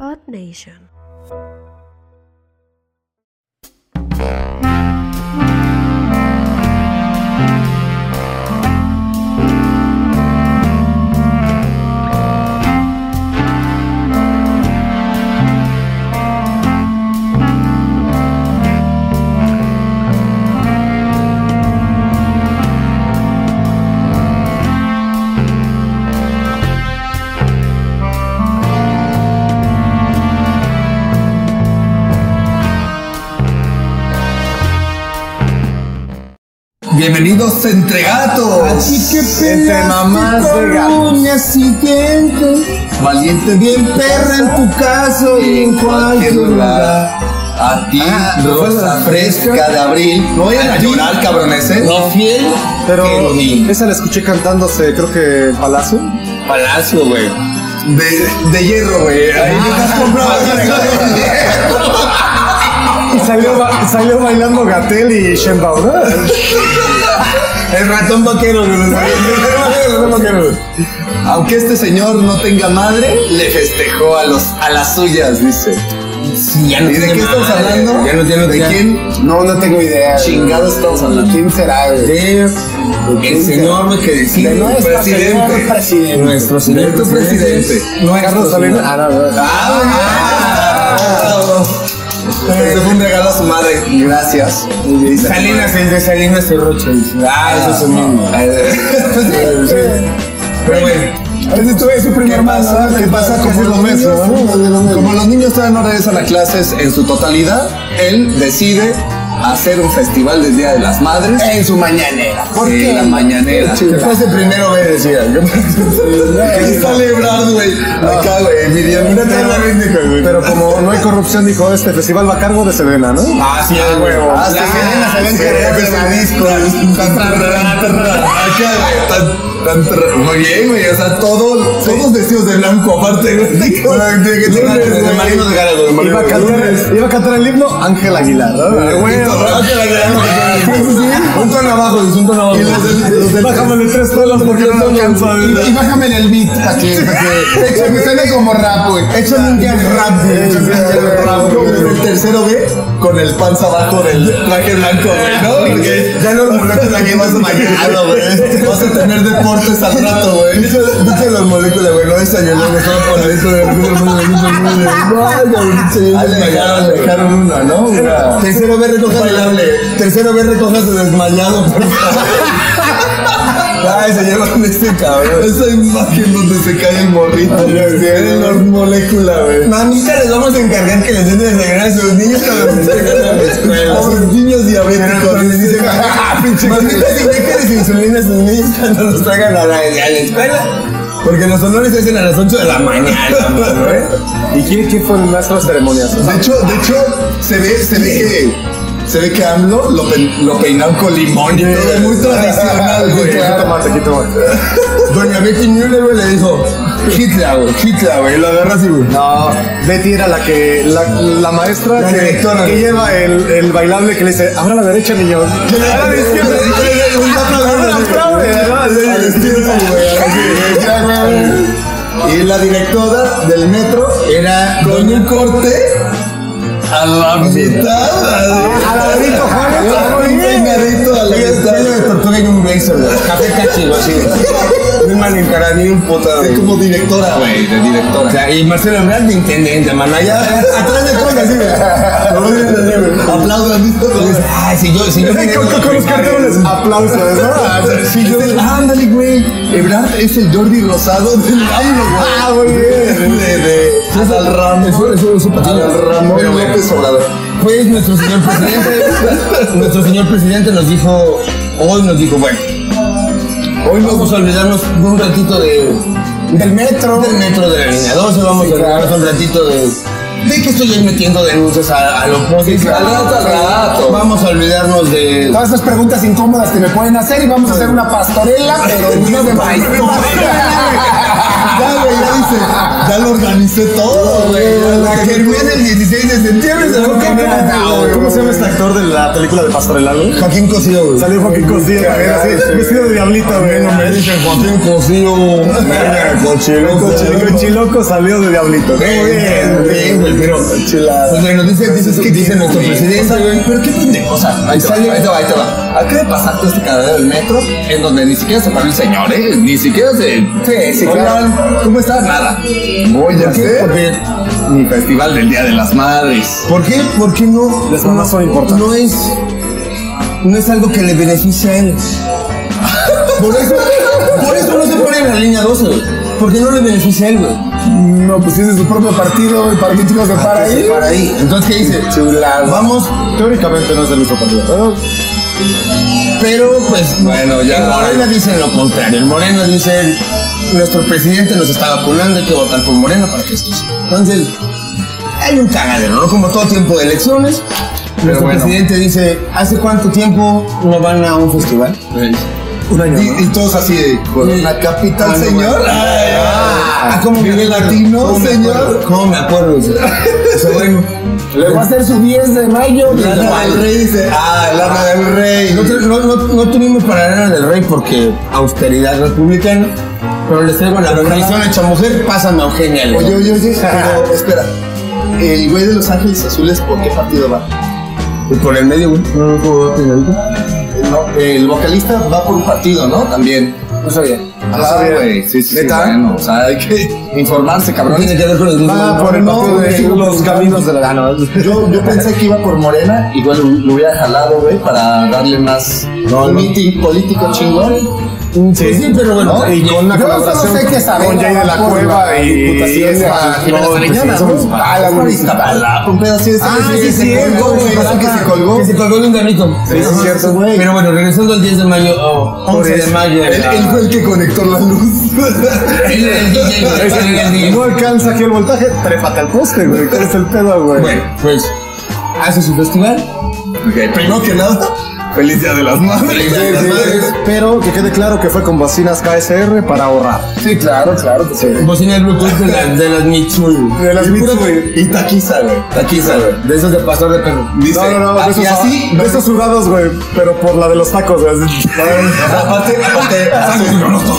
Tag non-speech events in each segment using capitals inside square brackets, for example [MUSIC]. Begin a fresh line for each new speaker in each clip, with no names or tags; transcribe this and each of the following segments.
Earth Nation.
Bienvenidos entre gatos.
Entre mamás de gatos.
siguiente. Valiente bien
perra en tu
caso
y en cualquier lugar.
A ti,
Ah,
rosa
rosa
fresca
fresca
de abril.
No era
a
a ti.
llorar, cabrones, ¿eh?
No fiel.
Pero
Pero ni-
esa la escuché cantándose, creo que en Palacio.
Palacio, güey. Ah.
De, de hierro, güey. Ahí me has comprado
[LAUGHS]
ese regalo de hierro.
Y salió, ba- salió bailando Gatel y Shenbao, [LAUGHS] ¿no?
El ratón vaquero, güey. Aunque este señor no tenga madre, le festejó a, los, a las suyas, dice.
Sí, ya no
¿Y de
tiene
qué estamos
madre.
hablando?
Ya no tiene
¿De quién
No, no tengo idea.
chingado estamos hablando?
¿Quién será, güey?
De el señor güey, que decide.
De nuestro
presidente.
señor presidente.
Nuestro señor
Nuestro presidente.
No
Carlos Salinas. Ah, no, no.
Ah, Ese fue un regalo a su madre. Gracias.
Salinas es de Salinas el Roche. Ah, eso es un mundo.
[LAUGHS] Pero bueno.
Ese tuve su
¿Qué
primer
pasa?
mano,
¿Qué pasa? Como los niños, como los niños todavía no regresan a clases en su totalidad, él decide hacer un festival del Día de las Madres.
En su mañanera.
¿Por qué? La mañanera.
Que pase primero B, decía. Que
Ahí
pase-
[LAUGHS]
sale Ebrard, güey. Acá, güey,
Pero-
midiendo toda la bendica, güey.
Pero como no hay corrupción, dijo, este festival va a cargo de Sedena, ¿no?
Ah, sí, ah, güey.
Ah, Hasta Selena se va a encargar de la disco. Tan, tan, tan, tan, acá, güey, tan, tan, tan. Muy bien, güey. O sea, todo- todos vestidos de blanco, aparte, güey. Lunes,
De
güey.
Marino de Gala, güey.
Iba a cantar, iba a cantar el himno Ángel Aguilar. ¿no?
Ah, güey,
Bueno,
todo-
Un tono abajo, es un tono abajo.
Y los del- los del-
Bájamele tres tonos porque no alcanzo a ver.
Y bájame en el beat para que, pa' que- pa' que suene como rap, güey. Échame un jazz rap, güey. Échame un jazz rap, güey. Como en el tercero B, con el panza abajo del traje blanco, güey, ¿no? Porque ya los moléculas que vas a mañana, güey. Vas a tener deportes al rato, güey. Dice dice los moléculas, güey, no desayuné, me estaba por ahí, pero me puse muy bien, muy bien. Ay, güey, pinche, ya me dejaron- me dejaron una, ¿no? Una- Tercero B recojas Tercero B recojas desmayado, por [LAUGHS] favor. Ay, se llevan este cabrón. Esa imagen donde se cae el morrito. Tiene la molécula, güey. Mamita, les vamos a encargar que les den de desayunar a sus niños cuando se lleguen a la escuela. A sus niños diabéticos. Les dicen, "Ah, pinche Mamita, si inyectales insulina a sus niños cuando los traigan a la, a la escuela. Porque los honores se hacen a las 8 de la mañana, güey.
¿Y quién, quién fue el maestro de las ceremonias?
De hecho, de hecho, se ve, se ve que se ve que AMLO lo, pe- lo peinaron con limón y todo, muy tradicional,
[LAUGHS]
güey.
Quito más, quito más.
Doña Betty Müller, güey, le dijo, Hitler, güey, Hitler, güey, lo agarra así, güey.
No, Betty era la que, la, la maestra
La
que,
directora.
que lleva el, el bailable que le dice, ahora a la derecha, niños.
Que le
Ahora a la izquierda.
Ahora la fraude, ¿no? Sí, a la izquierda, güey, así, güey, ya, güey. Y la directora del metro era con un corte a la mitad. así.
A la Benito Juárez,
Un
muy bien.
peinadito a la mitad. de tortuga y un beso, güey.
Café cachigo,
[LAUGHS]
así. Ni mal encarada, ni un puta.
Es como directora, güey, de directora.
O sea, y Marcelo Ebrard de intendente, mano. Allá,
Atrás de cosas, sí, güey. Aplaudan, ¿viste?
Ay, si yo, si yo.
Ay, Con, con- con los carteles. Aplausos, ¿no? Ah,
Sí, yo ándale, güey. Ebrard es el Jordi Rosado del AMLO, güey.
Ah, muy bien.
De, de, al Ramón. Al Ramón
Pero bueno.
López Obrador.
Pues nuestro señor
[LAUGHS]
presidente, nuestro señor presidente nos dijo, hoy nos dijo, bueno, hoy vamos a olvidarnos por un ratito de, del metro, del metro de la línea 12, vamos a olvidarnos un ratito de, de que estoy ahí metiendo denuncias a, a lo posible.
claro,
Al rato, al
claro.
rato. Vamos a olvidarnos de.
Todas esas preguntas incómodas que me pueden hacer y vamos a hacer una pastorela, pero en vez de
Ya, güey, ya dice, ya lo organicé todo, güey. Ya lo
La
tengo
Germán el 16 de septiembre se va a poner acá, güey.
¿Cómo se llama este actor de la película de pastorela, güey?
Joaquín Cosío, güey.
Salió Joaquín Costillo también, así, vestido de diablito, güey.
No me dicen Joaquín
[LAUGHS]
Cosío.
El cochiloco salió de diablito.
Bien, bien, güey, pero. Pues bueno, dice, dices que dice nuestro presidente, güey. Pero qué pendejosa. Ahí sale, ahí te va, ahí te va. Acaba de pasar todo este cadáver del metro, en donde ni siquiera se paró el señor, ¿eh? Ni siquiera se. Sí, sí, claro. ¿Cómo estás? Nada. Voy a
sé.
Porque. Mi festival del Día de las Madres.
¿Por qué? ¿Por qué no?
Las mamás son importantes.
No es. No es algo que le beneficie a él. Por eso, por eso no se pone en la línea 12, güey. Porque no le beneficia a él, güey.
No, pues es de su propio partido y para qué chicos se para ahí.
Para ahí. Entonces, ¿qué dice? Chulada. Vamos,
Teóricamente no es de nuestro partido.
pero pues bueno, ya. El Morena dice lo contrario. El Moreno dice, nuestro presidente nos está vacunando, hay que votar por Moreno para que esto sea. Entonces, hay un cagadero, ¿no? Como todo tiempo de elecciones. Nuestro
bueno.
presidente dice, ¿hace cuánto tiempo no van a un festival?
Un año.
Y, y todos así de, con
"Pues,
la capital,
Cuando-
señor. Ay,
Ah, ¿cómo me
Vive latino,
¿Cómo me acuerdo?
señor.
¿Cómo me acuerdo? O sea, bueno,
Le va a hacer su 10 de mayo.
Lana del Rey dice, ah, Lana del Rey.
No, te- no- no- no tuvimos paradera del rey porque austeridad republicana, pero les traigo la organización hecha mujer, pásame a Eugenia León.
Oye, oye, oye, pero espera. El güey de Los Ángeles Azules, ¿por qué partido va?
Y por el medio, güey, no lo puedo ver pegadito.
Eh, No, el vocalista va por un partido, ¿no? También.
No sabía.
Ah, güey. Sí, sí,
¿Neta?
bueno, o sea, hay que informarse,
No
cabrones.
tiene que ver con el grupo.
Ah,
No,
por el partido de
los caminos de la gana.
Yo, yo pensé que iba por Morena, igual lo, lo hubiera jalado, güey, para darle más
No,
un
no.
meeting político chingón. Pues
Sí, sí, pero bueno.
¿No? Y con una
Yo
colaboración
solo sé que Sabela
con Jay de la
va por
Cueva
la
y
Diputación de
esta
Jiménez
no,
Orellana,
pues, somos-
¿no?
Ah, la
Por Iztapalapa, un pedazo así de ese
Ah,
que se
sí, sí,
colgó,
güey,
güey, así que se colgó.
Que se colgó de un granito.
Sí, es
Ajá.
cierto,
güey.
Pero bueno, regresando al 10 de mayo, oh,
Por
11 de
eso.
mayo. ah,
Él
la-
él fue el que conectó la luz.
Él era el DJ,
[LAUGHS]
güey, él era el DJ.
No alcanza aquí el voltaje, trépate al poste, güey. ¿Cuál es el pedo, güey?
Bueno, pues hace su festival.
Primero que nada, feliz día de las madres.
Feliz Día de
Sí,
las
sí,
Madres.
Pero que quede claro que fue con bocinas KSR para ahorrar.
Sí, claro, claro.
Bocina Bluetooth de, la- de las Mitsui.
De las
Pura-
Mitsui.
Y taquiza, güey.
Aquí, ¿sabes? De esos de pastor de perro.
Dice,
No, no, no, de esos,
y así,
de esos sudados, güey, pero por la de los tacos, güey. así.
Aparte, aparte,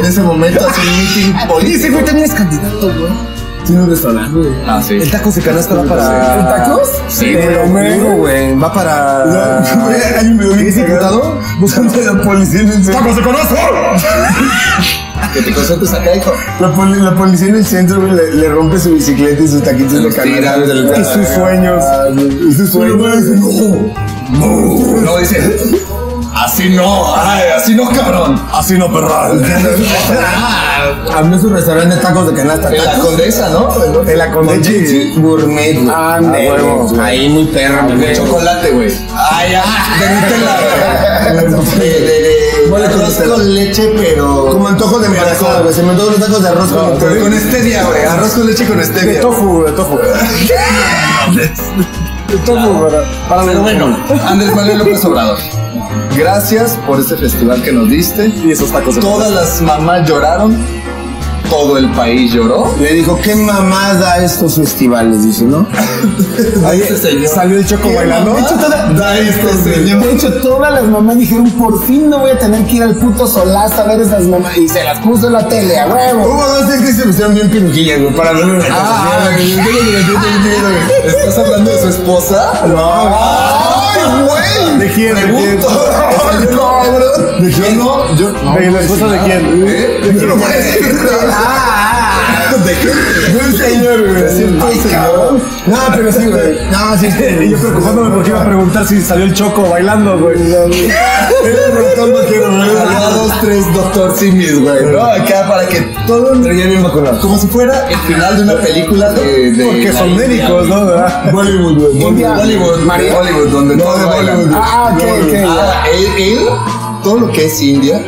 en ese momento hace un meeting político.
güey también es candidato, güey. Tiene un restaurante, güey.
Ah, sí.
taco de canasta va
¿El tacos?
Sí,
De
güey.
Homero,
güey. Va para.
Güey, hay un video bien
¿Es diputado?
cagado. Buscando a la policía en el centro.
¡Tacos de conoce!
Que te concentres acá, hijo.
La, poli- la policía en el centro, güey, le, le rompe su bicicleta y sus taquitos
Se
de
los tira,
canasta.
se los tira.
Y sus sueños. Y sus sueños.
No, dice. Así no, ay, así no, cabrón.
Así no,
[LAUGHS]
perra. Ah,
Abrió su restaurante de tacos de canasta.
En la condesa, ¿no?
De la condeche.
Gourmet, güey.
Ah, huevo, güey.
Ahí muy perra, mi
De
güey.
chocolate, güey. Ay, ay, de Nutella. güey. De, de, de.
Mole con
arroz
Nutella.
con leche, pero.
Como antojo de embarazada, güey. Se me antojó unos tacos de arroz con
Pero con stevia, güey. Arroz con leche con
De
stevia.
tofu, de tofu. De tofu, ¿verdad? Para
Pero
ver,
bueno, Andrés Manuel López Obrador. Gracias por este festival que nos diste.
Y esos tacos de
Todas las mamás lloraron. Todo el país lloró.
Le dijo, qué mamada estos festivales, dice, ¿no?
[LAUGHS]
Ahí
Ese señor.
salió el choco bailando.
mamá?
De hecho, toda-
Da este señor.
De hecho, todas las mamás dijeron, por fin no voy a tener que ir al puto Solás a ver esas mamás. Y se las puso en la tele, a huevo.
Hubo dos tres que se pusieron bien pirujillas, güey, para verlo en el
Ah,
güey.
¿Estás hablando de su esposa? ¡Ay, güey!
¿De quién? ¿De quién?
Pregunto. Ay, cabrón. ¿De quién? no, yo no.
¿De la esposa de quién?
¿Eh? Pero, güey, Ah, ¿De quién?
De un señor, güey.
Sí, un
Ay,
señor.
No, pero sí, güey. No, sí,
cabrón. Y yo preocupándome porque iba a preguntar si salió el choco bailando, güey.
Había dos, tres doctor simis, güey, ¿no? Acá para que todo el-
Pero ya bien vacunado.
Como si fuera el final de una película de... de
Porque son médicos, ¿no? ¿Verdad?
Bollywood, güey.
India.
Bollywood,
María.
Bollywood, donde
No,
todo
de Bollywood. Ah, ok, ok,
él, él, todo lo que es India,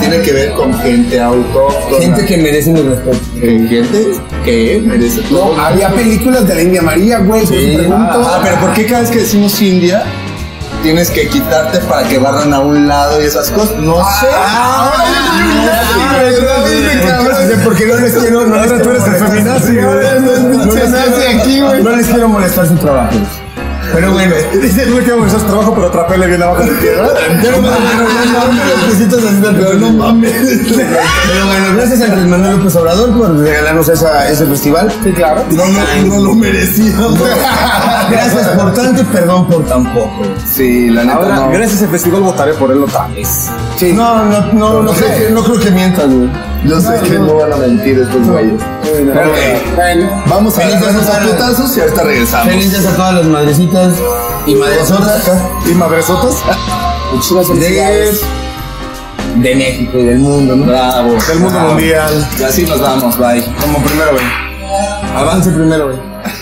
tiene que ver con gente autóctona.
Gente que merece mi respeto.
Eh, gente que merece todo.
No, había películas de la India María, güey.
Sí,
pues, me pregunto.
ah, ah, pero ¿por qué cada vez que decimos India tienes que quitarte para que barran a un lado y esas cosas? No sé.
Porque no les quiero, no les quiero
feminazi, güey.
No les quiero molestar su trabajo. Pero bueno, dice no quiero molestar su trabajo, pero trapele bien abajo de tierra.
Pero bueno, no mames.
Pero bueno, gracias a Andrés Manuel López Obrador por regalarnos esa, ese festival.
Sí, claro.
No, me- no lo merecía.
Gracias por tanto y perdón por tan poco.
Sí, la neta
Ahora,
no.
gracias al festival votaré por él otra vez.
Sí.
No, no, no, no, creo, que, no creo que mientan, güey.
Yo sé que no van a mentir estos güeyes.
Pero, bueno,
Vamos a
Felices
ver esos
Navidades.
putazos y ahorita regresamos.
Felices a todas las madrecitas y madresotas
¿Y madresotas?
muchísimas felicidades.
de, de México y del mundo, ¿no? Bravo.
Del mundo mundial.
Y así nos vamos, bye.
Como primero, güey. Avance primero, güey.